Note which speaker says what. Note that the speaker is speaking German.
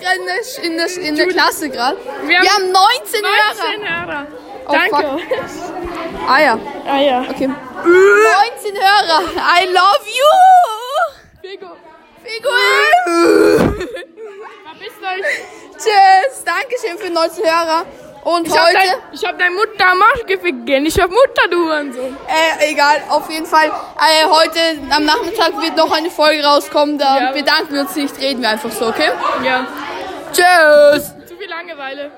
Speaker 1: der, in der, in der Klasse gerade? Wir,
Speaker 2: haben
Speaker 1: haben 19, Hörer.
Speaker 2: 19 Hörer.
Speaker 1: Oh,
Speaker 2: Danke.
Speaker 1: Ah ja,
Speaker 2: Ah ja.
Speaker 1: okay. 19 Hörer. I love you. Figo. Figo.
Speaker 2: Verpisst euch.
Speaker 1: Tschüss. Dankeschön für 19 Hörer. Und
Speaker 2: Ich hab,
Speaker 1: heute,
Speaker 2: dein, ich hab deine Mutter am Arsch gefickt, gell? Ich hab Mutter, du Hurensohn.
Speaker 1: äh, egal, auf jeden Fall, äh, heute am Nachmittag wird noch eine Folge rauskommen. Da
Speaker 2: Ja.
Speaker 1: bedanken wir uns nicht, reden wir einfach so, okay?
Speaker 2: Ja.
Speaker 1: Tschüss.
Speaker 2: Zu viel Langeweile.